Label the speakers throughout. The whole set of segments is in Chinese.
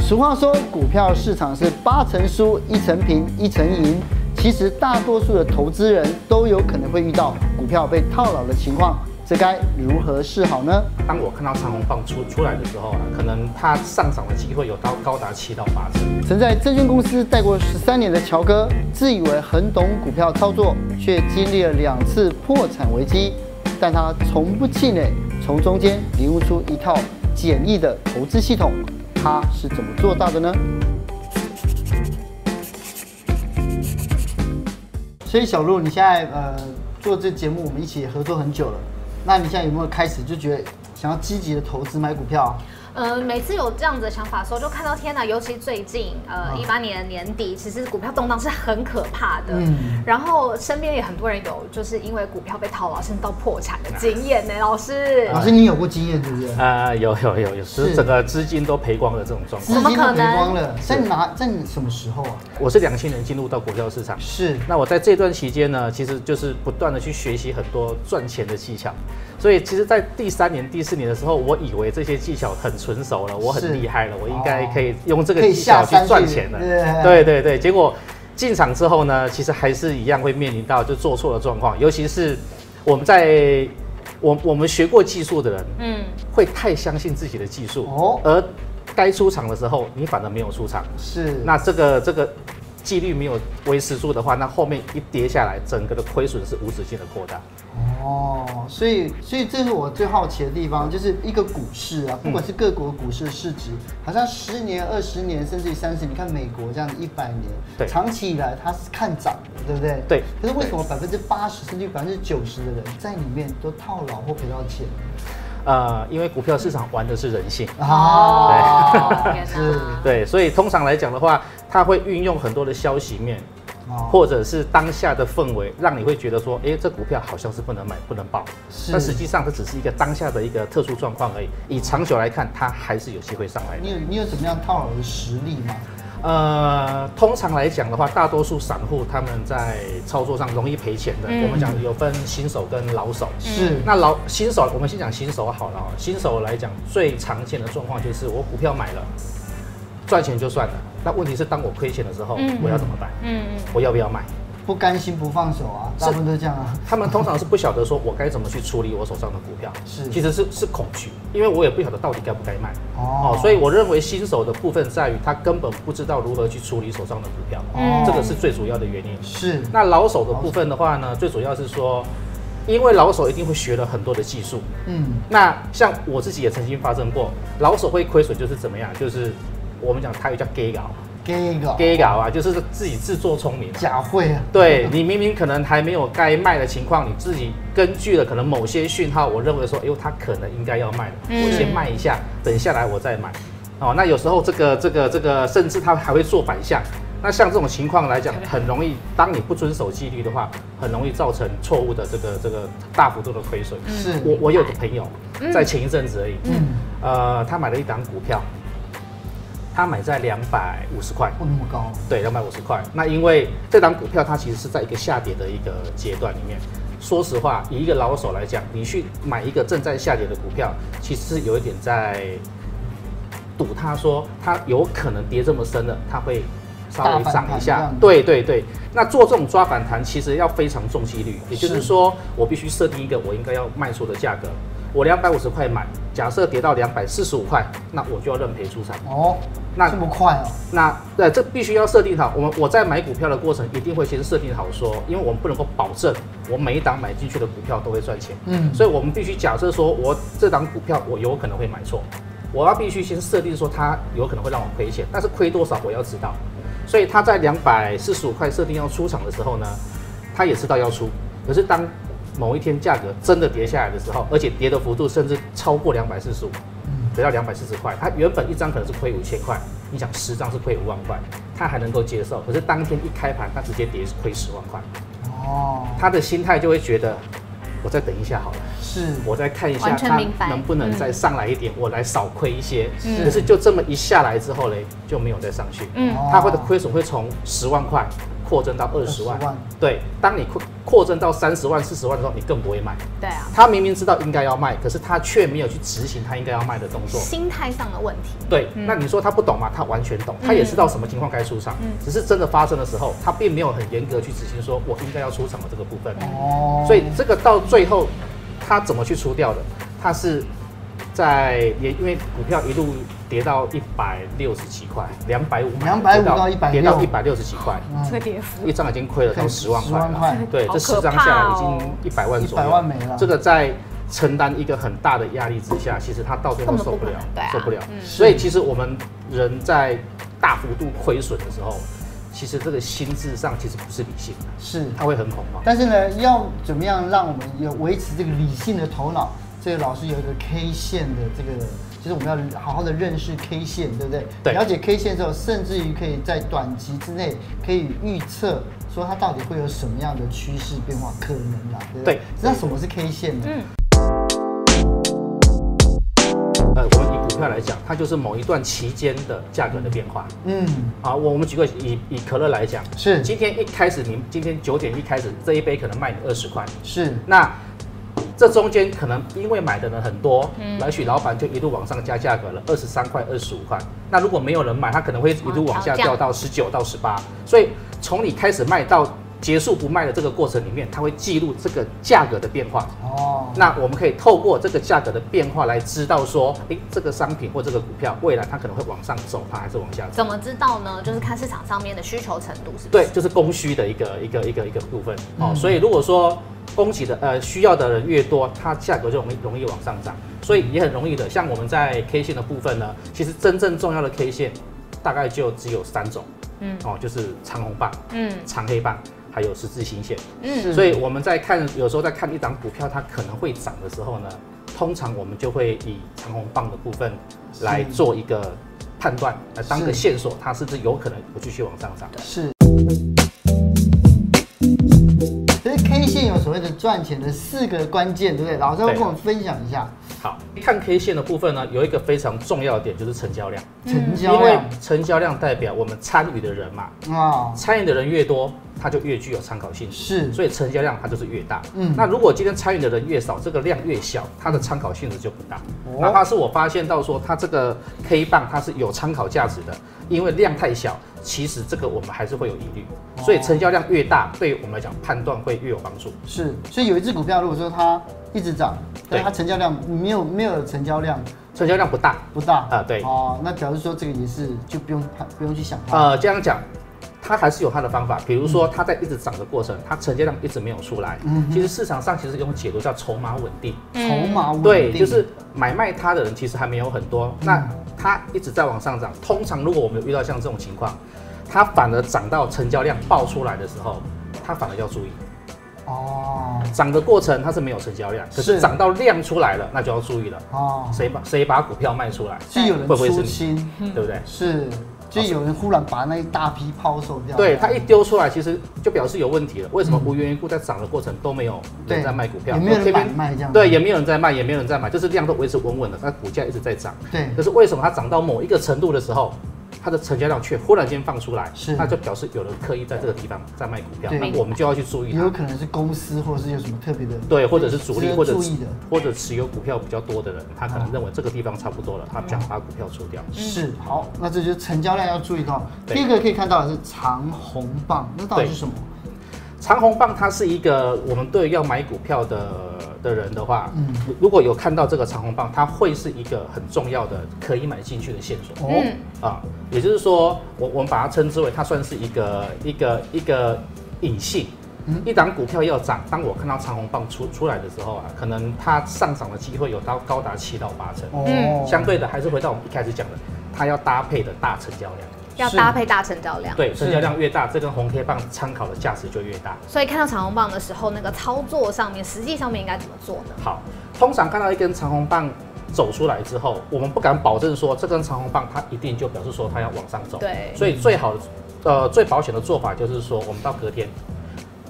Speaker 1: 俗话说，股票市场是八成输、一成平、一成赢。其实大多数的投资人都有可能会遇到股票被套牢的情况，这该如何是好呢？
Speaker 2: 当我看到长虹棒出出来的时候啊，可能它上涨的机会有到高达七到八成。
Speaker 1: 曾在证券公司待过十三年的乔哥，自以为很懂股票操作，却经历了两次破产危机，但他从不气馁，从中间领悟出一套简易的投资系统。他是怎么做到的呢？所以小鹿，你现在呃做这节目，我们一起合作很久了，那你现在有没有开始就觉得想要积极的投资买股票、啊？
Speaker 3: 呃，每次有这样子的想法的时候，就看到天呐，尤其最近，
Speaker 1: 啊
Speaker 3: 呃，一八年年底，其实股票动荡是很可怕的。
Speaker 1: 嗯
Speaker 3: 然后身边也很多人有就是因为股票被套牢，甚至到破产的经验
Speaker 1: 嗯
Speaker 3: 呢、老师。
Speaker 1: 老师，你有过经验对不对？
Speaker 2: 啊，有有有有，
Speaker 1: 是
Speaker 2: 是整个资金都赔光了这种状
Speaker 1: 资
Speaker 2: 况。
Speaker 1: 金
Speaker 3: 怎么
Speaker 1: 都赔
Speaker 3: 可能
Speaker 1: 光了，在哪在你什么时候啊？
Speaker 2: 我是两千年进入到股票市场，
Speaker 1: 是
Speaker 2: 那我在这段期间呢，其实就是不断的去学习很多赚钱的技巧，所以其实，在第三年、第四年的时候，我以为这些技巧很纯熟了，我
Speaker 1: 是
Speaker 2: 很厉害了，我应该
Speaker 1: 哦
Speaker 2: 可以用这个
Speaker 1: 可以
Speaker 2: 技
Speaker 1: 下
Speaker 2: 巧去
Speaker 1: 山
Speaker 2: 赚
Speaker 1: 去
Speaker 2: 钱了。
Speaker 1: 对
Speaker 2: 对对对，结果进场之后呢，其实还是一样会面临到就做错的状况，尤其是我们在我我们学过技术的人，
Speaker 3: 嗯，
Speaker 2: 会太相信自己的技术，
Speaker 1: 哦
Speaker 2: 而该出场的时候你反而没有出场，
Speaker 1: 是
Speaker 2: 那这个这个纪律没有维持住的话，那后面一跌下来，整个的亏损是无止境的扩大。
Speaker 1: 哦，所以所以这是我最好奇的地方，就是一个股市
Speaker 2: 嗯
Speaker 1: 啊，不管是各国股市的市值，好像十年、二十年，甚至于三十，你看美国这样一百年，
Speaker 2: 对
Speaker 1: 长期以来它是看涨的，对不对？
Speaker 2: 对
Speaker 1: 可是为什么百分之八十甚至于百分之九十的人在里面都套牢或赔到钱
Speaker 2: 呃，因为股票市场玩的是人性，
Speaker 1: 啊
Speaker 3: 哦，天
Speaker 1: 是
Speaker 3: 哪，
Speaker 2: 对，所以通常来讲的话，它会运用很多的消息面，
Speaker 1: 哦
Speaker 2: 或者是当下的氛围，让你会觉得说，哎、这股票好像是不能买、不能报。
Speaker 1: 是
Speaker 2: 但实际上，这只是一个当下的一个特殊状况而已。以长久来看，它还是有机会上来的
Speaker 1: 你。有你有怎么样套牢的实力吗？
Speaker 2: 呃，通常来讲的话，大多数散户他们在操作上容易赔钱的。
Speaker 3: 嗯
Speaker 2: 我们讲有分新手跟老手。
Speaker 1: 是
Speaker 2: 那老新手，我们先讲新手好了哦。新手来讲，最常见的状况就是我股票买了，赚钱就算了。那问题是，当我亏钱的时候，
Speaker 3: 嗯
Speaker 2: 我要怎么办？
Speaker 3: 嗯，
Speaker 2: 我要不要买？
Speaker 1: 不甘心不放手啊，
Speaker 2: 是
Speaker 1: 大部分都这样啊。
Speaker 2: 他们通常是不晓得说我该怎么去处理我手上的股票，
Speaker 1: 是
Speaker 2: 其实是是恐惧，因为我也不晓得到底该不该卖。
Speaker 1: 哦
Speaker 2: 哦，所以我认为新手的部分在于他根本不知道如何去处理手上的股票，
Speaker 3: 嗯
Speaker 2: 这个是最主要的原因。
Speaker 1: 是
Speaker 2: 那老手的部分的话呢，最主要是说，因为老手一定会学了很多的技术。
Speaker 1: 嗯
Speaker 2: 那像我自己也曾经发生过，老手会亏损就是怎么样，就是我们讲台语叫 gay 搞
Speaker 1: 给一个
Speaker 2: gay 搞啊，就是自己自作聪明啊。
Speaker 1: 假会啊，
Speaker 2: 对你明明可能还没有该卖的情况，你自己根据了可能某些讯号，我认为说，哎呦，他可能应该要卖了，
Speaker 3: 嗯
Speaker 2: 我先卖一下，等下来我再买。哦，那有时候这个这个这个，甚至他还会做反向。那像这种情况来讲，很容易，当你不遵守纪律的话，很容易造成错误的这个这个大幅度的亏损。
Speaker 1: 是
Speaker 2: 我我有个朋友
Speaker 3: 嗯，
Speaker 2: 在前一阵子而已，
Speaker 1: 嗯，
Speaker 2: 呃，他买了一档股票，他买在两百五十块，
Speaker 1: 不那么高。啊
Speaker 2: 对，两百五十块。那因为这档股票它其实是在一个下跌的一个阶段里面。说实话，以一个老手来讲，你去买一个正在下跌的股票，其实是有一点在赌它说它有可能跌这么深了，它会稍微
Speaker 1: 大
Speaker 2: 涨
Speaker 1: 反弹
Speaker 2: 一
Speaker 1: 这
Speaker 2: 下
Speaker 1: 样。
Speaker 2: 对对对，那做这种抓反弹，其实要非常重几率，也就是
Speaker 1: 是
Speaker 2: 说，我必须设定一个我应该要卖出的价格。我两百五十块买，假设跌到两百四十五块，那我就要认赔出场。
Speaker 1: 哦，
Speaker 2: 那
Speaker 1: 这么快哦？
Speaker 2: 那呃，这必须要设定好。我们我在买股票的过程，一定会先设定好说，因为我们不能够保证我每一档买进去的股票都会赚钱，
Speaker 1: 嗯，
Speaker 2: 所以我们必须假设说我这档股票我有可能会买错，我要必须先设定说它有可能会让我亏钱，但是亏多少我要知道。所以他在两百四十五块设定要出场的时候呢，他也知道要出，可是当某一天价格真的跌下来的时候，而且跌的幅度甚至超过两百四十五，得到两百四十块，他原本一张可能是亏五千块，你想十张是亏五万块，他还能够接受。可是当天一开盘，他直接跌亏十万块，
Speaker 1: 哦，
Speaker 2: 他的心态就会觉得，我再等一下好了，
Speaker 1: 是
Speaker 2: 我再看一下
Speaker 3: 完全
Speaker 2: 他
Speaker 3: 明白
Speaker 2: 能不能
Speaker 3: 嗯
Speaker 2: 再上来一点，我来少亏一些。
Speaker 3: 嗯
Speaker 2: 可是就这么一下来之后嘞，就没有再上去，
Speaker 3: 嗯
Speaker 1: 哦
Speaker 2: 他会的亏损会从十万块扩增到二十万
Speaker 1: 20万，
Speaker 2: 对，当你扩扩增到三十万、四十万的时候，你更不会卖。
Speaker 3: 对啊，
Speaker 2: 他明明知道应该要卖，可是他却没有去执行他应该要卖的动作。
Speaker 3: 心态上的问题。
Speaker 2: 对，
Speaker 3: 嗯
Speaker 2: 那你说他不懂吗？他完全懂，他也知道什么情况该出场，
Speaker 3: 嗯
Speaker 2: 只是真的发生的时候，他并没有很严格去执行，说我应该要出场的这个部分。
Speaker 1: 哦，
Speaker 2: 所以这个到最后，他怎么去出掉的？他是在也因为股票一路跌到一百六十几块，两百五，
Speaker 1: 250到160
Speaker 2: 跌到一百六十几块，
Speaker 1: 嗯
Speaker 3: 这个跌幅
Speaker 2: 一张已经亏了到十万块
Speaker 1: 10万
Speaker 2: 了
Speaker 1: 块。
Speaker 2: 对，这
Speaker 3: 好可
Speaker 2: 十张
Speaker 3: 怕
Speaker 2: 下来已
Speaker 3: 哦
Speaker 2: 经一百万左右，
Speaker 1: 100万没了
Speaker 2: 这个在承担一个很大的压力之下，其实他到最后
Speaker 3: 根本
Speaker 2: 受
Speaker 3: 不
Speaker 2: 不了
Speaker 3: 可能对啊，
Speaker 2: 受不了。
Speaker 3: 嗯
Speaker 2: 所以其实我们人在大幅度亏损的时候，其实这个心智上其实不是理性的，
Speaker 1: 是。
Speaker 2: 他会很恐慌。
Speaker 1: 但是呢，要怎么样让我们有维持这个理性的头脑？这个老师有一个 K 线的这个，就是我们要好好的认识 K 线，对不对？
Speaker 2: 对
Speaker 1: 了解 K 线之后，甚至于可以在短期之内可以预测说它到底会有什么样的趋势变化可能啦，啊对不对？
Speaker 2: 对
Speaker 1: 那什么是 K 线呢？
Speaker 3: 嗯，
Speaker 2: 呃，我们以股票来讲，它就是某一段期间的价格的变化。
Speaker 1: 嗯，
Speaker 2: 啊，我我们举个以以可乐来讲，
Speaker 1: 是
Speaker 2: 今天一开始你今天九点一开始这一杯可能卖你二十块，
Speaker 1: 是
Speaker 2: 那这中间可能因为买的人很多，也许老板就一路往上加价格了，二十三块、二十五块。那如果没有人买，他可能会一路往下掉到十九到十八。所以从你开始卖到结束不卖的这个过程里面，它会记录这个价格的变化。
Speaker 1: 哦，
Speaker 2: 那我们可以透过这个价格的变化来知道说，诶，这个商品或这个股票未来它可能会往上走，它还是往下走。
Speaker 3: 怎么知道呢？就是看市场上面的需求程度，是不是？
Speaker 2: 对，就是供需的一个一个一个一个部分哦。所以如果说供给的呃需要的人越多，它价格就容易容易往上涨，所以也很容易的。像我们在 K 线的部分呢，其实真正重要的 K 线大概就只有三种，
Speaker 3: 嗯
Speaker 2: 哦，就是长红棒、
Speaker 3: 嗯
Speaker 2: 长黑棒，还有十字星线。
Speaker 3: 嗯，
Speaker 2: 所以我们在看，有时候在看一档股票它可能会涨的时候呢，通常我们就会以长红棒的部分来
Speaker 1: 是
Speaker 2: 做一个判断，来当个
Speaker 1: 是
Speaker 2: 线索，它是不是有可能有继续往上涨。
Speaker 1: 是。其实 K 线有所谓的赚钱的四个关键，对不对？老师要
Speaker 2: 对
Speaker 1: 跟我们分享一下
Speaker 2: 好，看 K 线的部分呢，有一个非常重要的点就是成交量，
Speaker 1: 成
Speaker 2: 因
Speaker 1: 交
Speaker 2: 为
Speaker 1: 量
Speaker 2: 成交量代表我们参与的人嘛，
Speaker 1: 啊、
Speaker 2: 参与的人越多，它就越具有参考性，
Speaker 1: 是
Speaker 2: 所以成交量它就是越大。
Speaker 1: 嗯
Speaker 2: 嗯，那如果今天参与的人越少，这个量越小，它的参考性质就不大。
Speaker 1: 哦
Speaker 2: 哪怕是我发现到说它这个 K 棒它是有参考价值的，因为量太小，其实这个我们还是会有疑虑。所以
Speaker 1: 哦
Speaker 2: 成交量越大，对于我们来讲判断会越有帮助。
Speaker 1: 是，所以有一只股票，如果说它一直涨，
Speaker 2: 对
Speaker 1: 但它成交量没有没有成交量
Speaker 2: 成交量不大，
Speaker 1: 不大
Speaker 2: 啊对
Speaker 1: 哦，那表示说这个也是就不用怕不用去想它，
Speaker 2: 呃，这样讲，它还是有它的方法。比如说，它在一直涨的过程，它成交量一直没有出来。
Speaker 1: 嗯
Speaker 2: 其实市场上其实有一种解读叫筹码稳定，
Speaker 1: 筹码稳定，
Speaker 2: 对，就是买卖它的人其实还没有很多。
Speaker 1: 嗯
Speaker 2: 那它一直在往上涨，通常如果我们有遇到像这种情况，它反而涨到成交量爆出来的时候，它反而要注意。
Speaker 1: 哦
Speaker 2: 涨的过程它是没有成交量，可
Speaker 1: 是
Speaker 2: 是涨到量出来了，那就要注意了。
Speaker 1: 哦，
Speaker 2: 谁把谁把股票卖出来，
Speaker 1: 是有人
Speaker 2: 会不会是
Speaker 1: 出
Speaker 2: 你
Speaker 1: 清，
Speaker 2: 对不对？
Speaker 1: 是，就有人忽然把那一大批抛售掉，
Speaker 2: 对它一丢出来，其实就表示有问题了。为什么无缘无故在涨的过程都没有
Speaker 1: 对
Speaker 2: 人在卖股票？
Speaker 1: 也没有
Speaker 2: 我
Speaker 1: 人
Speaker 2: 这边
Speaker 1: 买卖这样，
Speaker 2: 对，也没有人在卖，也没有人在买，就是量都维持稳稳的，那股价一直在涨。
Speaker 1: 对
Speaker 2: 可是为什么它涨到某一个程度的时候，它的成交量却忽然间放出来？
Speaker 1: 是
Speaker 2: 那就表示有人刻意在这个地方在卖股票，
Speaker 1: 对
Speaker 2: 那我们就要去注意
Speaker 1: 也有
Speaker 2: 它。
Speaker 1: 可能是公司或者是有什么特别的，
Speaker 2: 对，或者是主
Speaker 1: 值
Speaker 2: 力，
Speaker 1: 得
Speaker 2: 或者
Speaker 1: 注意的嗯
Speaker 2: 或者持有股票比较多的人，他可能认为这个地方差不多了，他想把股票出掉。
Speaker 1: 是好，那这就是成交量要注意到。
Speaker 2: 嗯对
Speaker 1: 第一个可以看到的是长红棒，那到底是
Speaker 2: 对
Speaker 1: 什么？
Speaker 2: 长红棒它是一个我们对于要买股票的的人的话，
Speaker 1: 嗯
Speaker 2: 如如果有看到这个长红棒，它会是一个很重要的可以买进去的线索
Speaker 1: 哦，
Speaker 3: 嗯
Speaker 2: 啊、也就是说，我我们把它称之为它算是一个一个一个隐性。
Speaker 1: 嗯
Speaker 2: 一档股票要涨，当我看到长红棒出出来的时候啊，可能它上涨的机会有到高达七到八成。
Speaker 3: 嗯
Speaker 1: 哦，
Speaker 2: 相对的，还是回到我们一开始讲的，它要搭配的大成交量。
Speaker 3: 要
Speaker 1: 是
Speaker 3: 搭配大成交量。
Speaker 2: 对，
Speaker 1: 是
Speaker 2: 成交量越大，这根红 K 棒参考的价值就越大。
Speaker 3: 所以看到长红棒的时候，那个操作上面，实际上面应该怎么做呢？
Speaker 2: 好，通常看到一根长红棒走出来之后，我们不敢保证说这根长红棒它一定就表示说它要往上走。
Speaker 3: 对
Speaker 2: 所以最好的，呃，最保险的做法就是说，我们到隔天，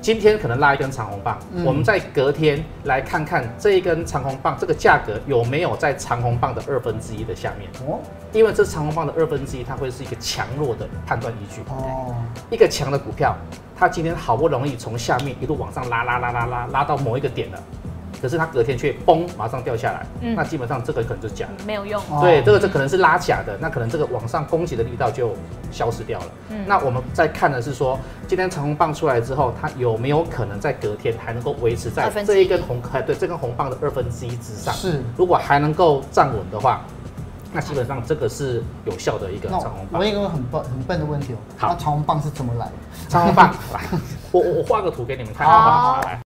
Speaker 2: 今天可能拉一根长红棒，
Speaker 1: 嗯
Speaker 2: 我们在隔天来看看这一根长红棒这个价格有没有在长红棒的二分之一的下面，
Speaker 1: 哦
Speaker 2: 因为这长红棒的二分之一，它会是一个强弱的判断依据。
Speaker 1: 哦，
Speaker 2: 一个强的股票，它今天好不容易从下面一路往上拉拉拉拉拉拉到某一个点了，可是它隔天却崩马上掉下来，
Speaker 3: 嗯
Speaker 2: 那基本上这个可能就是假的。
Speaker 3: 没有用。
Speaker 1: 哦
Speaker 2: 对，这个这可能是拉假的，那可能这个往上攻击的力道就消失掉了。
Speaker 3: 嗯
Speaker 2: 那我们在看的是说，今天长红棒出来之后，它有没有可能在隔天还能够维持在
Speaker 3: 二分之
Speaker 2: 这
Speaker 3: 一
Speaker 2: 一根红，哎，对，这根红棒的二分之一之上。
Speaker 1: 是。
Speaker 2: 如果还能够站稳的话，那基本上这个是有效的一个
Speaker 1: 那
Speaker 2: 长
Speaker 1: 我问
Speaker 2: 红棒。
Speaker 1: 一个很笨很笨的问题哦，
Speaker 2: 好
Speaker 1: 那长红棒是怎么来的？
Speaker 2: 长红棒，来， 我我我画个图给你们看，
Speaker 3: 好
Speaker 2: 好不好？来。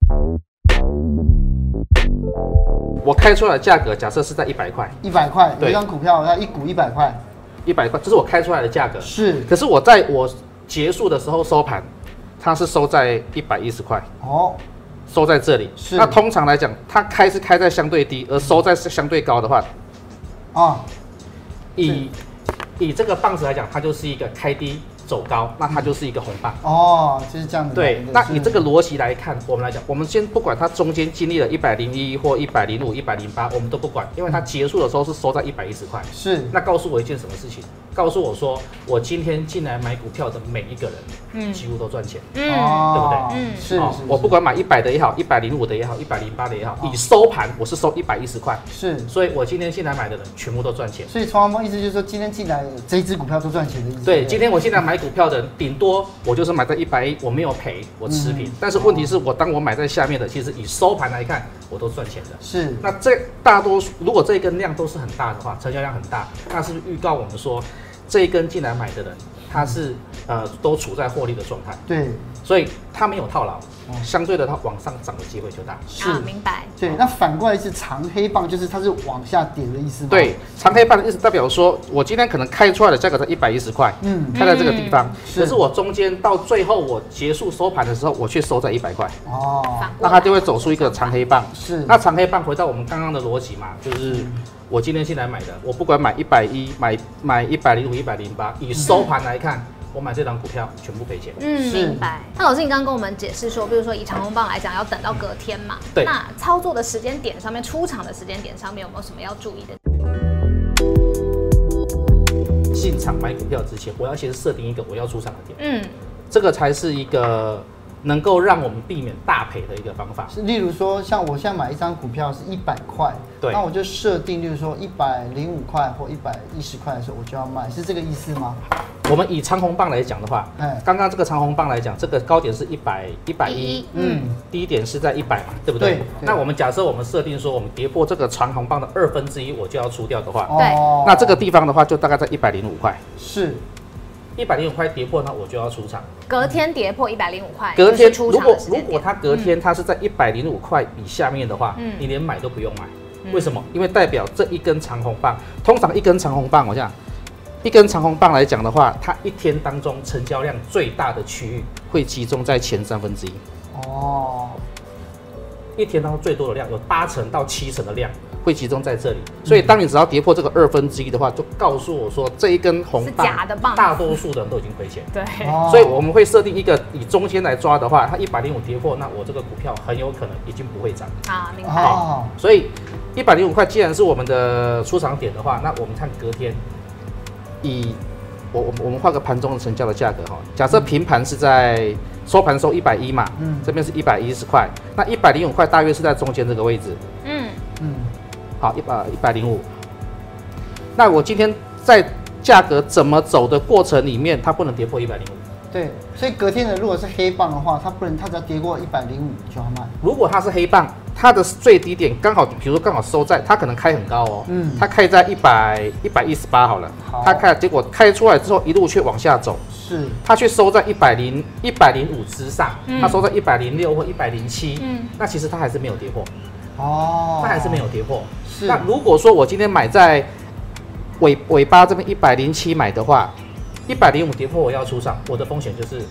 Speaker 2: 我开出来的价格，假设是在一百块，
Speaker 1: 一百块，有
Speaker 2: 对
Speaker 1: 一张股票，它一股一百块，
Speaker 2: 一百块，这是我开出来的价格。
Speaker 1: 是
Speaker 2: 可是我在我结束的时候收盘，它是收在一百一十块，
Speaker 1: 哦，
Speaker 2: 收在这里。
Speaker 1: 是
Speaker 2: 那通常来讲，它开是开在相对低，而收在是相对高的话，
Speaker 1: 啊，
Speaker 2: 以以这个棒子来讲，它就是一个开低走高，那它就是一个红棒。
Speaker 1: 哦，就是这样子来的。
Speaker 2: 对，那以
Speaker 1: 是
Speaker 2: 这个逻辑来看，我们来讲，我们先不管它中间经历了一百零一或一百零五、一百零八，我们都不管，因为它结束的时候是收在一百一十块。
Speaker 1: 是
Speaker 2: 那告诉我一件什么事情？告诉我说，我今天进来买股票的每一个人，
Speaker 3: 嗯
Speaker 2: 几乎都赚钱。
Speaker 3: 嗯，
Speaker 1: 哦
Speaker 3: 对不对嗯
Speaker 1: 是
Speaker 2: 哦
Speaker 1: 是，哦
Speaker 2: 我不管买一百的也好，一百零五的也好，一百零八的也好，以收盘我是收一百一十块，
Speaker 1: 是，
Speaker 2: 所以我今天进来买的人全部都赚钱。
Speaker 1: 所以长红棒意思就是说，今天进来的这一只股票都赚钱的意思。
Speaker 2: 对，今天我现在买股票的人，顶多我就是买在一百一，我没有赔，我持平
Speaker 1: 嗯。
Speaker 2: 但是问题是我当我买在下面的，其实以收盘来看，我都赚钱的。
Speaker 1: 是
Speaker 2: 那这大多数，如果这一根量都是很大的话，成交量很大，那是不是预告我们说，这一根进来买的人，他是呃都处在获利的状态，
Speaker 1: 对
Speaker 2: 所以他没有套牢
Speaker 1: 哦，
Speaker 2: 相对的他往上涨的机会就大。
Speaker 1: 是
Speaker 3: 啊，明白。
Speaker 1: 对。那反过来是长黑棒，就是它是往下跌的意思吗？
Speaker 2: 对，，长黑棒的意思代表说，我今天可能开出来的价格在一百一十块，
Speaker 1: 嗯，
Speaker 2: 开在这个地方，
Speaker 1: 是
Speaker 2: 可是我中间到最后我结束收盘的时候，我却收在一百块，
Speaker 1: 哦，
Speaker 3: 反
Speaker 2: 那
Speaker 3: 过来
Speaker 2: 它就会走出一个长黑棒。
Speaker 1: 是嗯
Speaker 2: 那长黑棒回到我们刚刚的逻辑嘛，就是我今天进来买的，我不管买一百一、买买一百零五、一百零八，以收盘来看，我买这档股票全部赔钱。
Speaker 3: 嗯，
Speaker 1: 是
Speaker 3: 明白。那老师，你刚刚跟我们解释说，比如说以长红棒来讲，要等到隔天嘛。
Speaker 2: 对
Speaker 3: 那操作的时间点上面，出场的时间点上面，有没有什么要注意的？
Speaker 2: 进场买股票之前，我要先设定一个我要出场的点，
Speaker 3: 嗯，
Speaker 2: 这个才是一个能够让我们避免大赔的一个方法。
Speaker 1: 是例如说，像我现在买一张股票是一百块，
Speaker 2: 对
Speaker 1: 那我就设定，例如说一百零五块或一百一十块的时候，我就要卖，是这个意思吗？
Speaker 2: 我们以长红棒来讲的话
Speaker 1: 哎，
Speaker 2: 刚刚这个长红棒来讲，这个高点是一百一百一，
Speaker 1: 嗯
Speaker 2: 嗯，低点是在一百嘛，对不对？
Speaker 1: 对
Speaker 2: 那我们假设我们设定说，我们跌破这个长红棒的二分之一，我就要出掉的话，
Speaker 3: 对
Speaker 2: 那这个地方的话，就大概在一百零五块。
Speaker 1: 嗯哦是
Speaker 2: 一百零五块跌破呢，我就要出场。
Speaker 3: 嗯隔天跌破一百零五块，
Speaker 2: 隔
Speaker 3: 就是
Speaker 2: 天
Speaker 3: 出
Speaker 2: 如
Speaker 3: 场
Speaker 2: 果
Speaker 3: 的时
Speaker 2: 如
Speaker 3: 间
Speaker 2: 果
Speaker 3: 点。
Speaker 2: 它隔天它是在一百零五块以下面的话，
Speaker 3: 嗯
Speaker 2: 你连买都不用买。为什么？因为代表这一根长红棒，通常一根长红棒，我想一根长红棒来讲的话，它一天当中成交量最大的区域会集中在前三分之一，
Speaker 1: 哦，
Speaker 2: 一天当中最多的量有八成到七成的量嗯会集中在这里。所以当你只要跌破这个二分之一的话，就告诉我说这一根红
Speaker 3: 是
Speaker 2: 棒，
Speaker 3: 假的棒
Speaker 2: 大多数的人都已经亏钱。
Speaker 3: 对，
Speaker 1: 哦
Speaker 2: 所以我们会设定一个以中间来抓的话，它一百零五跌破，那我这个股票很有可能已经不会涨。
Speaker 3: 啊，明白。
Speaker 1: 哦，
Speaker 2: 所以一百零五块既然是我们的出场点的话，那我们看隔天，以我我们我们画个盘中的成交的价格哈，假设平盘是在收盘收一百一嘛，
Speaker 1: 嗯
Speaker 2: 这边是一百一十块，那一百零五块大约是在中间这个位置，
Speaker 3: 嗯，
Speaker 1: 嗯，
Speaker 2: 好一百一百零五。那我今天在价格怎么走的过程里面，它不能跌破一百零五。
Speaker 1: 对，所以隔天的如果是黑棒的话，它不能，它只要跌过一百零五就要卖。
Speaker 2: 如果它是黑棒，它的最低点刚好，比如说刚好收在，它可能开很高哦，
Speaker 1: 嗯
Speaker 2: 它开在一百一百一十八好了，
Speaker 1: 好
Speaker 2: 它开结果开出来之后一路却往下走，
Speaker 1: 是
Speaker 2: 它却收在一百零一百零五之上，
Speaker 3: 嗯
Speaker 2: 它收在一百零六或一百零七，
Speaker 3: 嗯
Speaker 2: 那其实它还是没有跌破，
Speaker 1: 哦，
Speaker 2: 它还是没有跌破。
Speaker 1: 是
Speaker 2: 那如果说我今天买在尾尾巴这边一百零七买的话，一百零五跌破我要出场，我的风险就是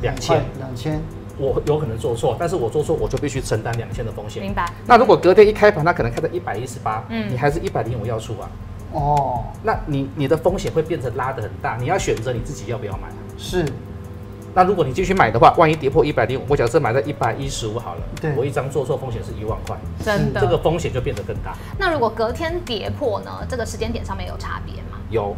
Speaker 2: 两千，
Speaker 1: 两千
Speaker 2: 我有可能做错，但是我做错我就必须承担两千的风险。
Speaker 3: 明白。
Speaker 2: 那如果隔天一开盘，它可能开在一百一十八，
Speaker 3: 嗯
Speaker 2: 你还是一百零五要出啊，
Speaker 1: 哦，
Speaker 2: 那你你的风险会变成拉得很大，你要选择你自己要不要买啊。
Speaker 1: 是
Speaker 2: 那如果你继续买的话，万一跌破一百零五，我假设买在一百一十五好了，
Speaker 1: 对
Speaker 2: 我一张做错风险是一万块，
Speaker 3: 真的。
Speaker 2: 这个风险就变得更大。
Speaker 3: 那如果隔天跌破呢？这个时间点上面有差别吗？
Speaker 2: 有，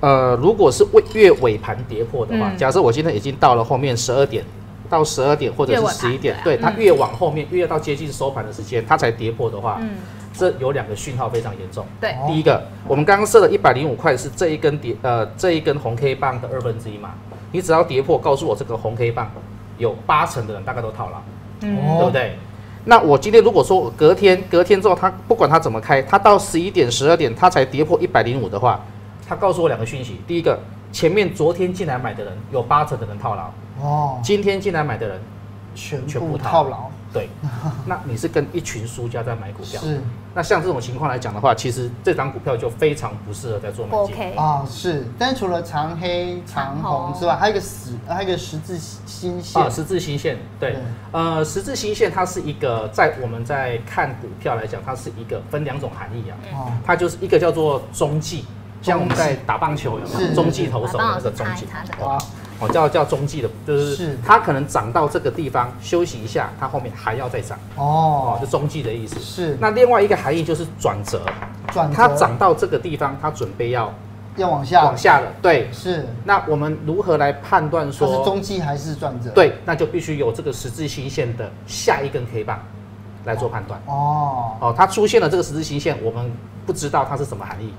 Speaker 2: 呃，如果是尾月尾盘跌破的话，
Speaker 3: 嗯
Speaker 2: 假设我今天已经到了后面十二点，到十二点或者
Speaker 3: 越
Speaker 2: 是
Speaker 3: 尾
Speaker 2: 十一
Speaker 3: 盘
Speaker 2: 点，
Speaker 3: 对
Speaker 2: 对
Speaker 3: 啊
Speaker 2: 它
Speaker 3: 嗯
Speaker 2: 越往后面，越到接近收盘的时间，它才跌破的话，
Speaker 3: 嗯，
Speaker 2: 这有两个讯号非常严重。
Speaker 3: 对，
Speaker 1: 哦
Speaker 2: 第一个，我们刚刚设的一百零五块是这一根跌呃这一根红 K 棒的二分之一嘛，你只要跌破，告诉我这个红 K 棒有八成的人大概都套牢，
Speaker 1: 哦
Speaker 3: 嗯，
Speaker 2: 对不对？那我今天如果说我隔天隔天之后，它不管它怎么开，它到十一点十二点它才跌破一百零五的话，它告诉我两个讯息，第一个，前面昨天进来买的人有八成的人套牢，
Speaker 1: 哦，
Speaker 2: 今天进来买的人
Speaker 1: 全
Speaker 2: 全
Speaker 1: 部
Speaker 2: 部
Speaker 1: 套
Speaker 2: 套
Speaker 1: 牢，
Speaker 2: 对，那你是跟一群输家在买股票，
Speaker 1: 是
Speaker 2: 那像这种情况来讲的话，其实这张股票就非常不适合在做买
Speaker 3: 不
Speaker 2: 进。
Speaker 3: OK，
Speaker 1: 啊是。但除了长黑、长
Speaker 3: 长
Speaker 1: 红
Speaker 3: 红
Speaker 1: 之外，还有一个十，还有一个十字星线
Speaker 2: 啊，，十字星线，对
Speaker 1: 对，
Speaker 2: 呃，十字星线它是一个在我们在看股票来讲，它是一个分两种含义啊，
Speaker 1: 哦，
Speaker 2: 它就是一个叫做中继，像我们在打棒球有没
Speaker 1: 是
Speaker 2: 有中继投手的
Speaker 3: 好
Speaker 2: 那个中
Speaker 3: 帮我
Speaker 2: 继
Speaker 3: 查一查，
Speaker 1: 哇，
Speaker 2: 哦叫叫中继的，就是
Speaker 1: 是
Speaker 2: 它可能涨到这个地方休息一下，它后面还要再涨，哦，
Speaker 1: 哦
Speaker 2: 就，中继的意思。
Speaker 1: 是
Speaker 2: 那另外一个含义就是转折，
Speaker 1: 转折
Speaker 2: 它涨到这个地方，它准备要
Speaker 1: 要往下，
Speaker 2: 往下了，对。
Speaker 1: 是
Speaker 2: 那我们如何来判断
Speaker 1: 它是
Speaker 2: 说
Speaker 1: 中继还是转折？，
Speaker 2: 对，那就必须有这个十字星线的下一根 K 棒来做判断。
Speaker 1: 哦，
Speaker 2: 哦，它出现了这个十字星线，我们不知道它是什么含义，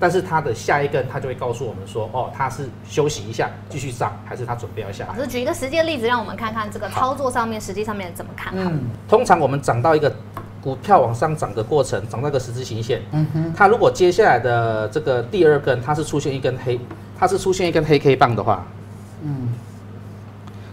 Speaker 2: 但是它的下一根它就会告诉我们说，哦，它是休息一下继续涨，还是它准备要下
Speaker 3: 老
Speaker 2: 来。
Speaker 3: 师举一个实际的例子，让我们看看这个操作上面实际上面怎么看。
Speaker 1: 嗯
Speaker 2: 通常我们涨到一个股票往上涨的过程，涨到一个十字形线，
Speaker 1: 嗯哼，
Speaker 2: 它如果接下来的这个第二根它是出现一根黑，它是出现一根黑 K 棒的话，
Speaker 1: 嗯，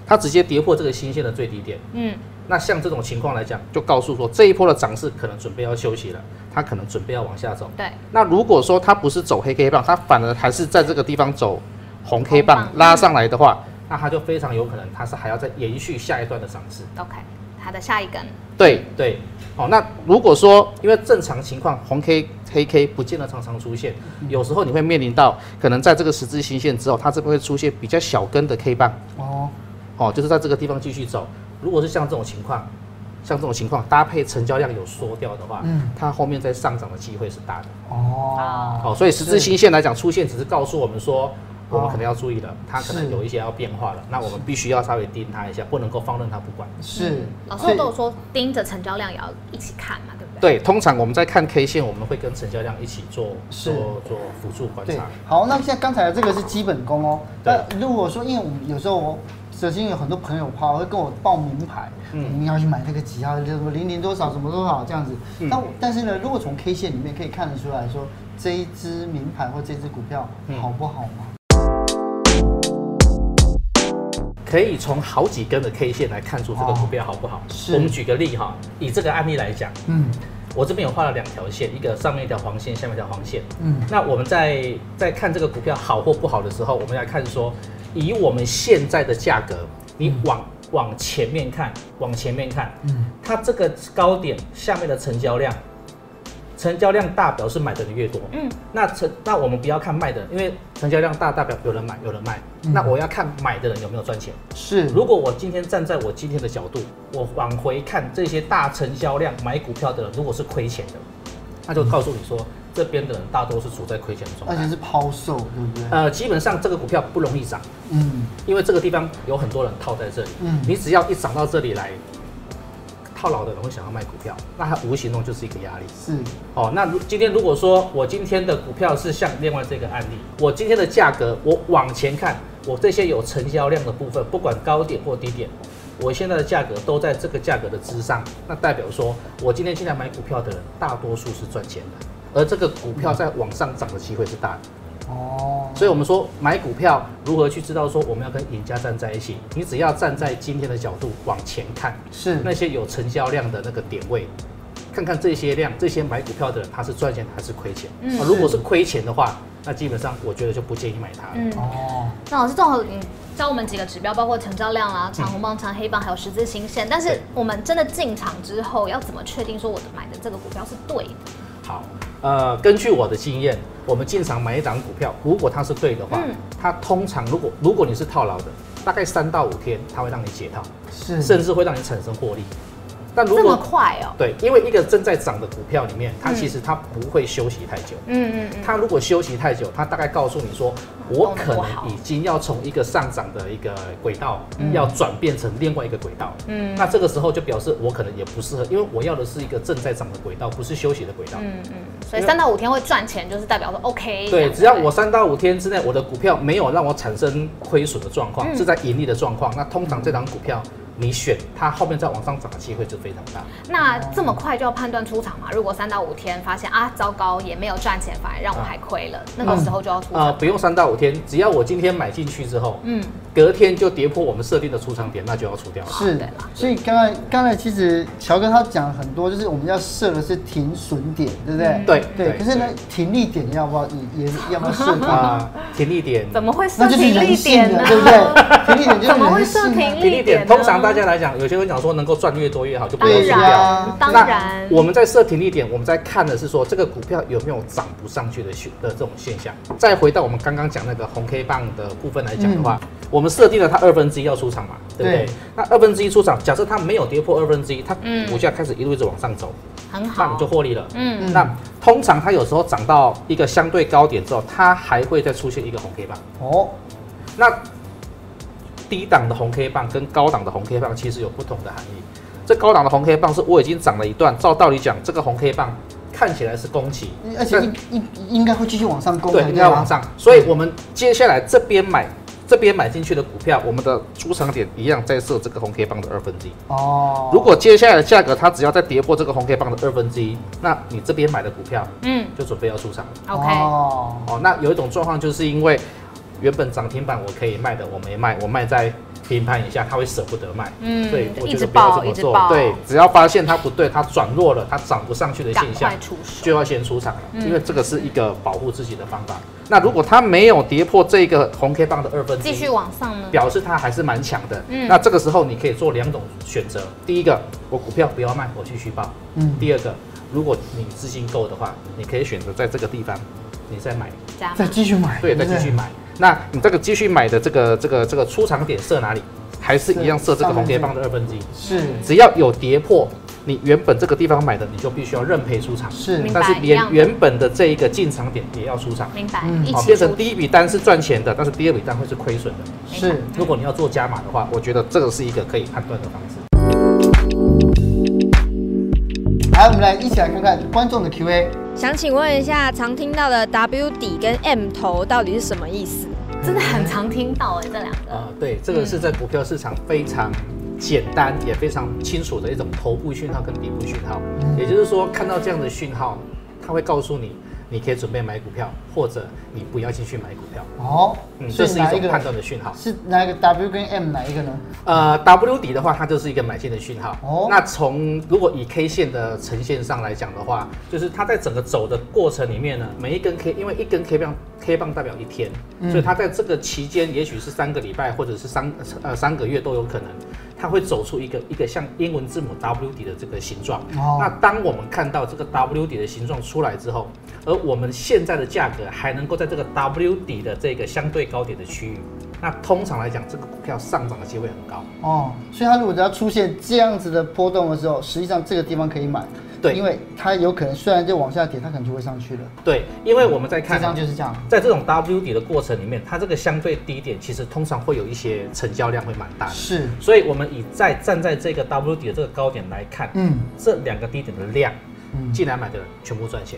Speaker 2: 它直接跌破这个星线的最低点。
Speaker 3: 嗯，
Speaker 2: 那像这种情况来讲，就告诉说这一波的涨势可能准备要休息了，它可能准备要往下走。
Speaker 3: 对，
Speaker 2: 那如果说它不是走黑 K 棒，它反而还是在这个地方走红 K
Speaker 3: 红
Speaker 2: 棒
Speaker 3: 棒
Speaker 2: 拉上来的话，那它就非常有可能它是还要再延续下一段的涨势。
Speaker 3: OK，它的下一根，
Speaker 2: 对对，好、那如果说因为正常情况红 K 黑 K 不见得常常出现，有时候你会面临到可能在这个十字星线之后，它这边会出现比较小根的 K 棒，
Speaker 1: 哦，
Speaker 2: 哦，就是在这个地方继续走。如果是像这种情况，像这种情况搭配成交量有缩掉的话，
Speaker 1: 嗯
Speaker 2: 它后面再上涨的机会是大的。
Speaker 1: 哦，
Speaker 2: 哦，所以十字
Speaker 1: 是
Speaker 2: 星线来讲出现，只是告诉我们说，我
Speaker 1: 哦
Speaker 2: 们可能要注意了，它
Speaker 1: 是
Speaker 2: 可能有一些要变化了，那我们必须要稍微盯它一下，不能够放任它不管。
Speaker 1: 是，
Speaker 3: 嗯老师
Speaker 1: 所以
Speaker 3: 都有说盯着成交量也要一起看嘛，对不对？
Speaker 2: 对，通常我们在看 K 线，我们会跟成交量一起做
Speaker 1: 是
Speaker 2: 做做辅助观
Speaker 1: 对
Speaker 2: 察。，
Speaker 1: 好，那像刚才的这个是基本功哦。
Speaker 2: 对
Speaker 1: 那如果说，因为我们有时候我首先有很多朋友跑会跟我报名牌，
Speaker 2: 嗯
Speaker 1: 我们要去买那个几号，什么零零多少，什么多少这样子。
Speaker 2: 嗯
Speaker 1: 那我但是呢，如果从 K 线里面可以看得出来说，这一只名牌或这只股票
Speaker 2: 嗯
Speaker 1: 好不好吗？
Speaker 2: 可以从好几根的 K 线来看出这个
Speaker 1: 哦
Speaker 2: 股票好不好。
Speaker 1: 是
Speaker 2: 我们举个例哈，以这个案例来讲，
Speaker 1: 嗯
Speaker 2: 我这边有画了两条线，一个上面一条黄线，下面一条黄线。
Speaker 1: 嗯，
Speaker 2: 那我们在在看这个股票好或不好的时候，我们来看说，以我们现在的价格，你往往前面看，往前面看，
Speaker 1: 嗯，
Speaker 2: 它这个高点下面的成交量，成交量大表示买的人越多。
Speaker 3: 嗯，
Speaker 2: 那成那我们不要看卖的人，因为成交量大代表有人买有人卖。
Speaker 1: 嗯
Speaker 2: 那我要看买的人有没有赚钱。
Speaker 1: 是
Speaker 2: 如果我今天站在我今天的角度，我往回看这些大成交量买股票的人，如果是亏钱的，那就告诉你说，这边的人大多是处在亏钱的状
Speaker 1: 而且
Speaker 2: 态。
Speaker 1: 是抛售，对不对？
Speaker 2: 呃，基本上这个股票不容易涨，
Speaker 1: 嗯
Speaker 2: 因为这个地方有很多人套在这里。
Speaker 1: 嗯
Speaker 2: 你只要一涨到这里来，套牢的人会想要卖股票，那它无形中就是一个压力。
Speaker 1: 是
Speaker 2: 哦，那如今天如果说我今天的股票是像另外这个案例，我今天的价格我往前看，我这些有成交量的部分，不管高点或低点，我现在的价格都在这个价格的之上，那代表说我今天进来买股票的人，大多数是赚钱的，而这个股票在往上涨的机会是大的。
Speaker 1: 哦，
Speaker 2: 所以我们说买股票如何去知道说我们要跟赢家站在一起，你只要站在今天的角度往前看，
Speaker 1: 是
Speaker 2: 那些有成交量的那个点位，看看这些量，这些买股票的人他是赚钱还是亏钱。
Speaker 3: 嗯
Speaker 2: 啊如果是亏钱的话，那基本上我觉得就不建议买它了。
Speaker 3: 嗯，
Speaker 1: 哦，
Speaker 3: 那老师综合嗯教我们几个指标，包括成交量啊、长红棒、长黑棒，还有十字星线。但是
Speaker 2: 嗯对
Speaker 3: 我们真的进场之后，要怎么确定说我的买的这个股票是对的？
Speaker 2: 好，呃，根据我的经验，我们进场买一档股票，如果它是对的话，
Speaker 3: 嗯
Speaker 2: 它通常如果如果你是套牢的，大概三到五天，它会让你解套，
Speaker 1: 是
Speaker 2: 甚至会让你产生获利。但如
Speaker 3: 嗯这么
Speaker 2: 果
Speaker 3: 快哦、
Speaker 2: 对，因为一个正在涨的股票里面，它
Speaker 3: 嗯
Speaker 2: 其实它不会休息太久。
Speaker 3: 嗯嗯嗯，
Speaker 2: 它如果休息太久，它大概告诉你说，我可能已经要从一个上涨的一个轨道，要转变成另外一个轨道。
Speaker 3: 嗯
Speaker 2: 那这个时候就表示我可能也不适合，因为我要的是一个正在涨的轨道，不是休息的轨道。
Speaker 3: 嗯嗯，所以三到五天会赚钱，就是代表说 OK 这
Speaker 2: 对，
Speaker 3: 样子。
Speaker 2: 只要我三到五天之内，我的股票没有让我产生亏损的状况，
Speaker 3: 嗯
Speaker 2: 是在盈利的状况，那通常这档股票你选它后面再往上涨的机会就非常大。
Speaker 3: 那这么快就要判断出场嘛？如果三到五天发现啊，糟糕，也没有赚钱，反而让我还亏了，那个时候就要出
Speaker 1: 哦
Speaker 2: 呃，
Speaker 3: 场。
Speaker 2: 不用三到五天，只要我今天买进去之后，
Speaker 3: 嗯，
Speaker 2: 隔天就跌破我们设定的出场点，那就要出掉了。
Speaker 1: 是
Speaker 3: 对啦
Speaker 1: 所以刚才刚才其实乔哥他讲了很多，就是我们要设的是停损点，对不
Speaker 3: 嗯
Speaker 1: 对？
Speaker 2: 对
Speaker 1: 对。可是呢，停利点要不要也也要不要设 定？
Speaker 2: 啊，停利点，
Speaker 3: 怎么会
Speaker 1: 那
Speaker 3: 设
Speaker 1: 就是
Speaker 3: 停利
Speaker 1: 人性
Speaker 3: 点
Speaker 1: 的，
Speaker 3: 呢？
Speaker 1: 对不 对？停利点就是
Speaker 3: 怎么会
Speaker 1: 人
Speaker 3: 设
Speaker 1: 性啊。
Speaker 3: 停
Speaker 2: 停
Speaker 3: 利
Speaker 2: 利
Speaker 3: 点
Speaker 2: 点，
Speaker 3: 呢？
Speaker 2: 通常大家来讲，有些人讲说能够赚越多越好，就不
Speaker 3: 当
Speaker 2: 用
Speaker 1: 对
Speaker 2: 出
Speaker 1: 呀
Speaker 2: 掉。
Speaker 3: 然啊当
Speaker 2: 那
Speaker 3: 然，
Speaker 2: 我们在设停利点，我们在看的是说这个股票有没有涨不上去的现的这种现象。再回到我们刚刚讲那个红 K 棒的部分来讲的
Speaker 3: 嗯
Speaker 2: 话，我们设定了它二分之一要出场嘛，对不对？
Speaker 1: 对
Speaker 2: 那二分之一出场，假设它没有跌破二分之一，它
Speaker 3: 嗯
Speaker 2: 股价开始一路一直往上走，
Speaker 3: 很
Speaker 2: 那你
Speaker 3: 好
Speaker 2: 就，获利了。
Speaker 3: 嗯
Speaker 1: 嗯
Speaker 2: 那通常它有时候涨到一个相对高点之后，它还会再出现一个红 K 棒。
Speaker 1: 哦，
Speaker 2: 那低档的红 K 棒跟高档的红 K 棒其实有不同的含义。这高档的红 K 棒是我已经涨了一段，照道理讲，这个红 K 棒看起来是攻期，
Speaker 1: 而且应应应该会继续往上攻，
Speaker 2: 对，
Speaker 1: 才
Speaker 2: 应该
Speaker 1: 吧
Speaker 2: 往。上。所以我们接下来这边买，这边买进去的股票，我们的出场点一样在设这个红 K 棒的二分之一。
Speaker 1: 哦，
Speaker 2: 如果接下来的价格它只要再跌破这个红 K 棒的二分之一，那你这边买的股票
Speaker 3: 嗯
Speaker 2: 就准备要出场了。
Speaker 3: ，OK，
Speaker 1: 哦，
Speaker 2: 哦，那有一种状况就是因为原本涨停板我可以卖的，我没卖，我卖在平盘以下，他会舍不得卖，
Speaker 3: 嗯
Speaker 2: 所以
Speaker 3: 就
Speaker 2: 我
Speaker 3: 一
Speaker 2: 觉
Speaker 3: 直
Speaker 2: 得不要
Speaker 3: 爆
Speaker 2: 这
Speaker 3: 一
Speaker 2: 么
Speaker 3: 直
Speaker 2: 做
Speaker 3: 爆。
Speaker 2: 对，只要发现它不对，它转弱了，它涨不上去的
Speaker 3: 赶
Speaker 2: 现象
Speaker 3: 快，出手。
Speaker 2: 就要先出场了，
Speaker 3: 嗯
Speaker 2: 因为这个是一个保护自己的方法。那如果它没有跌破这个红 K 棒的二分之
Speaker 3: 继续
Speaker 2: 一。
Speaker 3: 往上呢？
Speaker 2: 表示它还是蛮强的，
Speaker 3: 嗯
Speaker 2: 那这个时候你可以做两种选择，第一个，我股票不要卖，我继续报，
Speaker 1: 嗯，
Speaker 2: 第二个，如果你资金够的话，你可以选择在这个地方，你再买
Speaker 3: 加码
Speaker 1: 再继续买，
Speaker 2: 对，再
Speaker 1: 不
Speaker 2: 继续买。那你这个继续买的这个这个这个出场点设哪里？还是一样设这个红铁棒的二分之一。
Speaker 1: 是
Speaker 2: 只要有跌破你原本这个地方买的，你就必须要认赔出场。
Speaker 1: 是
Speaker 3: 明白
Speaker 2: 但是
Speaker 3: 一
Speaker 2: 连
Speaker 3: 样的
Speaker 2: 原本的这一个进场点也要出场，
Speaker 3: 明白，
Speaker 1: 嗯
Speaker 3: 一
Speaker 2: 好，
Speaker 3: 起
Speaker 2: 变成
Speaker 3: 出。
Speaker 2: 第一笔单是赚钱的，但是第二笔单会是亏损的。
Speaker 1: 是，
Speaker 2: 如果你要做加码的话，我觉得这个是一个可以判断的方式。
Speaker 1: 来，我们来一起来看看观众的 Q&A。
Speaker 4: 想请问一下，常听到的 W 底跟 M 头到底是什么意思？
Speaker 3: 真的很常听到哎，这两个
Speaker 1: 哦
Speaker 2: 呃，对，这个是
Speaker 1: 嗯
Speaker 2: 在股票市场非常简单也非常清楚的一种头部讯号跟底部讯号。
Speaker 1: 嗯
Speaker 2: 也就是说，看到这样的讯号，它会告诉你，你可以准备买股票，或者你不要进去买股票。
Speaker 1: 哦，
Speaker 2: 嗯，
Speaker 1: 所
Speaker 2: 这
Speaker 1: 以
Speaker 2: 是一
Speaker 1: 哪一
Speaker 2: 种判
Speaker 1: 个
Speaker 2: 断的讯号。
Speaker 1: 是哪一个 W 跟 M 哪一个呢？
Speaker 2: 呃，W 底的话，它就是一个买进的讯号。
Speaker 1: 哦
Speaker 2: 哦，那从如果以 K 线的呈现上来讲的话，就是它在整个走的过程里面呢，每一根 K，因为一根 K 棒 K 棒代表一天，
Speaker 1: 嗯
Speaker 2: 所以它在这个期间，也许是三个礼拜或者是三呃三个月都有可能，它会走出一个一个像英文字母 W 底的这个形状。
Speaker 1: 哦
Speaker 2: 那当我们看到这个 W 底的形状出来之后，而我们现在的价格还能够在这个 W 底的这个相对高点的区域，那通常来讲，这个股票上涨的机会很高。
Speaker 1: 哦，所以它如果只要出现这样子的波动的时候，实际上这个地方可以买，
Speaker 2: 对
Speaker 1: 因为它有可能虽然就往下跌，它可能就会上去了。
Speaker 2: 对，因为我们在
Speaker 1: 实际
Speaker 2: 看，
Speaker 1: 上就是这样。
Speaker 2: 在这种 W 底的过程里面，它这个相对低点其实通常会有一些成交量会蛮大的，
Speaker 1: 是，
Speaker 2: 所以我们以在站在这个 W 底的这个高点来看，
Speaker 1: 嗯
Speaker 2: 这两个低点的量
Speaker 1: 嗯，
Speaker 2: 进来买的人全部赚钱。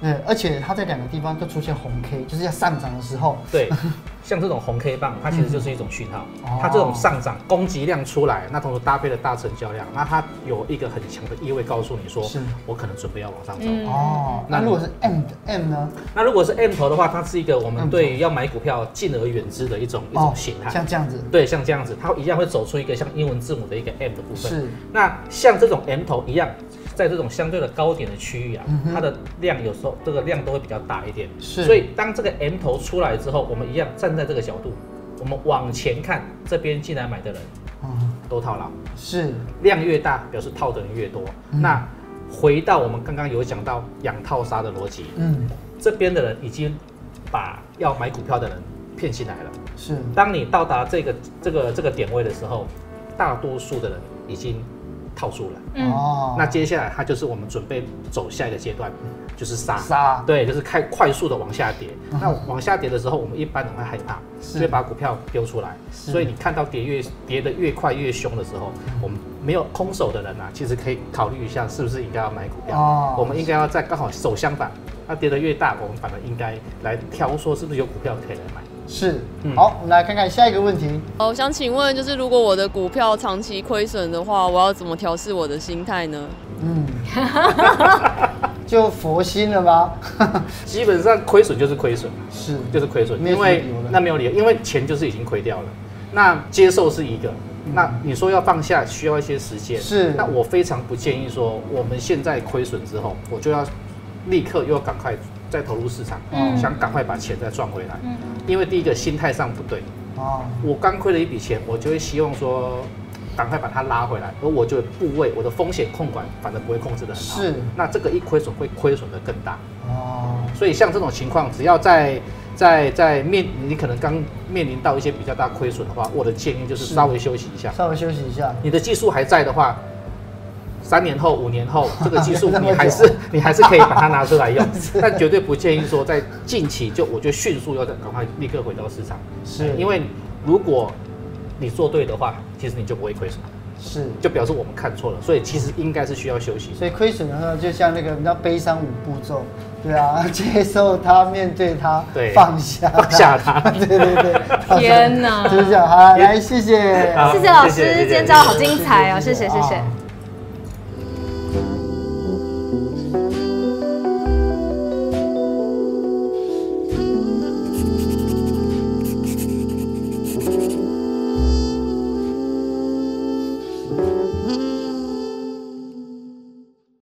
Speaker 1: 对，而且它在两个地方都出现红 K，就是要上涨的时候。
Speaker 2: 对， 像这种红 K 棒，它其实就是一种讯号
Speaker 1: 嗯哦，
Speaker 2: 它这种上涨供给量出来，那同时搭配了大成交量，那它有一个很强的意味告诉你说
Speaker 1: 是，
Speaker 2: 我可能准备要往上走。
Speaker 3: 嗯
Speaker 1: 哦，那
Speaker 2: 那
Speaker 1: 如果是 M 的 M 呢？
Speaker 2: 那如果是 M 头的话，它是一个我
Speaker 1: M
Speaker 2: 们
Speaker 1: 头
Speaker 2: 对于要买股票敬而远之的一种一种形态。
Speaker 1: 哦像这样子，
Speaker 2: 对，像这样子，它一样会走出一个像英文字母的一个 M 的部分。
Speaker 1: 是
Speaker 2: 那像这种 M 头一样，在这种相对的高点的区域啊，
Speaker 1: 嗯哼
Speaker 2: 它的量有时候这个量都会比较大一点。
Speaker 1: 是
Speaker 2: 所以当这个 M 头出来之后，我们一样站在这个角度，我们往前看，这边进来买的人
Speaker 1: 嗯，
Speaker 2: 都套牢，
Speaker 1: 是
Speaker 2: 量越大表示套的人越多。
Speaker 1: 嗯
Speaker 2: 那回到我们刚刚有讲到养套杀的逻辑，
Speaker 1: 嗯
Speaker 2: 这边的人已经把要买股票的人骗进来了，
Speaker 1: 是
Speaker 2: 当你到达这个这个这个点位的时候，大多数的人已经套住了。
Speaker 3: 嗯，
Speaker 1: 哦，
Speaker 2: 那接下来它就是我们准备走下一个阶段，就是杀。
Speaker 1: 杀
Speaker 2: 对，就是开快速的往下跌。
Speaker 1: 嗯
Speaker 2: 那往下跌的时候，我们一般人会害怕，
Speaker 1: 是
Speaker 2: 所以把股票丢出来。
Speaker 1: 是嗯
Speaker 2: 所以你看到跌越跌得越快越凶的时候，我们没有空手的人啊，其实可以考虑一下是不是应该要买股票。
Speaker 1: 哦
Speaker 2: 我们应该要在刚好手相反，它跌得越大，我们反而应该来挑说是不是有股票可以来买。
Speaker 1: 是
Speaker 2: 嗯
Speaker 1: 好，我们来看看下一个问题。
Speaker 5: 哦，想请问，就是如果我的股票长期亏损的话，我要怎么调试我的心态呢？
Speaker 1: 嗯，就佛心了吗？
Speaker 2: 基本上亏损就是亏损，
Speaker 1: 是
Speaker 2: 就是亏损，
Speaker 1: 没有什么
Speaker 2: 因为
Speaker 1: 理由了
Speaker 2: 那没有理由，因为钱就是已经亏掉了。那接受是一个，那你说要放下需要一些时间，
Speaker 1: 嗯是
Speaker 2: 那我非常不建议说我们现在亏损之后，我就要立刻又要赶快再投入市场，
Speaker 1: 嗯
Speaker 2: 想赶快把钱再赚回来。
Speaker 3: 嗯
Speaker 2: 因为第一个心态上不对，
Speaker 1: 哦，
Speaker 2: 我刚亏了一笔钱，我就会希望说赶快把它拉回来，而我就部位我的风险控管反而不会控制的很好，
Speaker 1: 是
Speaker 2: 那这个一亏损会亏损的更大。
Speaker 1: 哦，
Speaker 2: 所以像这种情况，只要在在在面你可能刚面临到一些比较大亏损的话，我的建议就是
Speaker 1: 是
Speaker 2: 稍微休息一下。
Speaker 1: 稍微休息一下。
Speaker 2: 你的技术还在的话，三年后、五年后，这个技术
Speaker 1: 那么久
Speaker 2: 你还是你还是可以把它拿出来用，但绝对不建议说在近期就我就迅速要赶快立刻回到市场，
Speaker 1: 是
Speaker 2: 因为如果你做对的话，其实你就不会亏损，
Speaker 1: 是，
Speaker 2: 就表示我们看错了，所以其实应该是需要休息。
Speaker 1: 所以亏损的时候，就像那个叫悲伤五步骤，对啊， 接受它，面对它，
Speaker 2: 对
Speaker 1: 放下它，
Speaker 2: 放下它
Speaker 1: 对对对，
Speaker 4: 天哪
Speaker 1: 就是这样。好，来，谢谢。
Speaker 2: 好
Speaker 3: 谢谢老
Speaker 2: 谢谢谢
Speaker 3: 师，
Speaker 2: 谢
Speaker 3: 今天教的好精彩哦，谢谢谢谢。
Speaker 1: 啊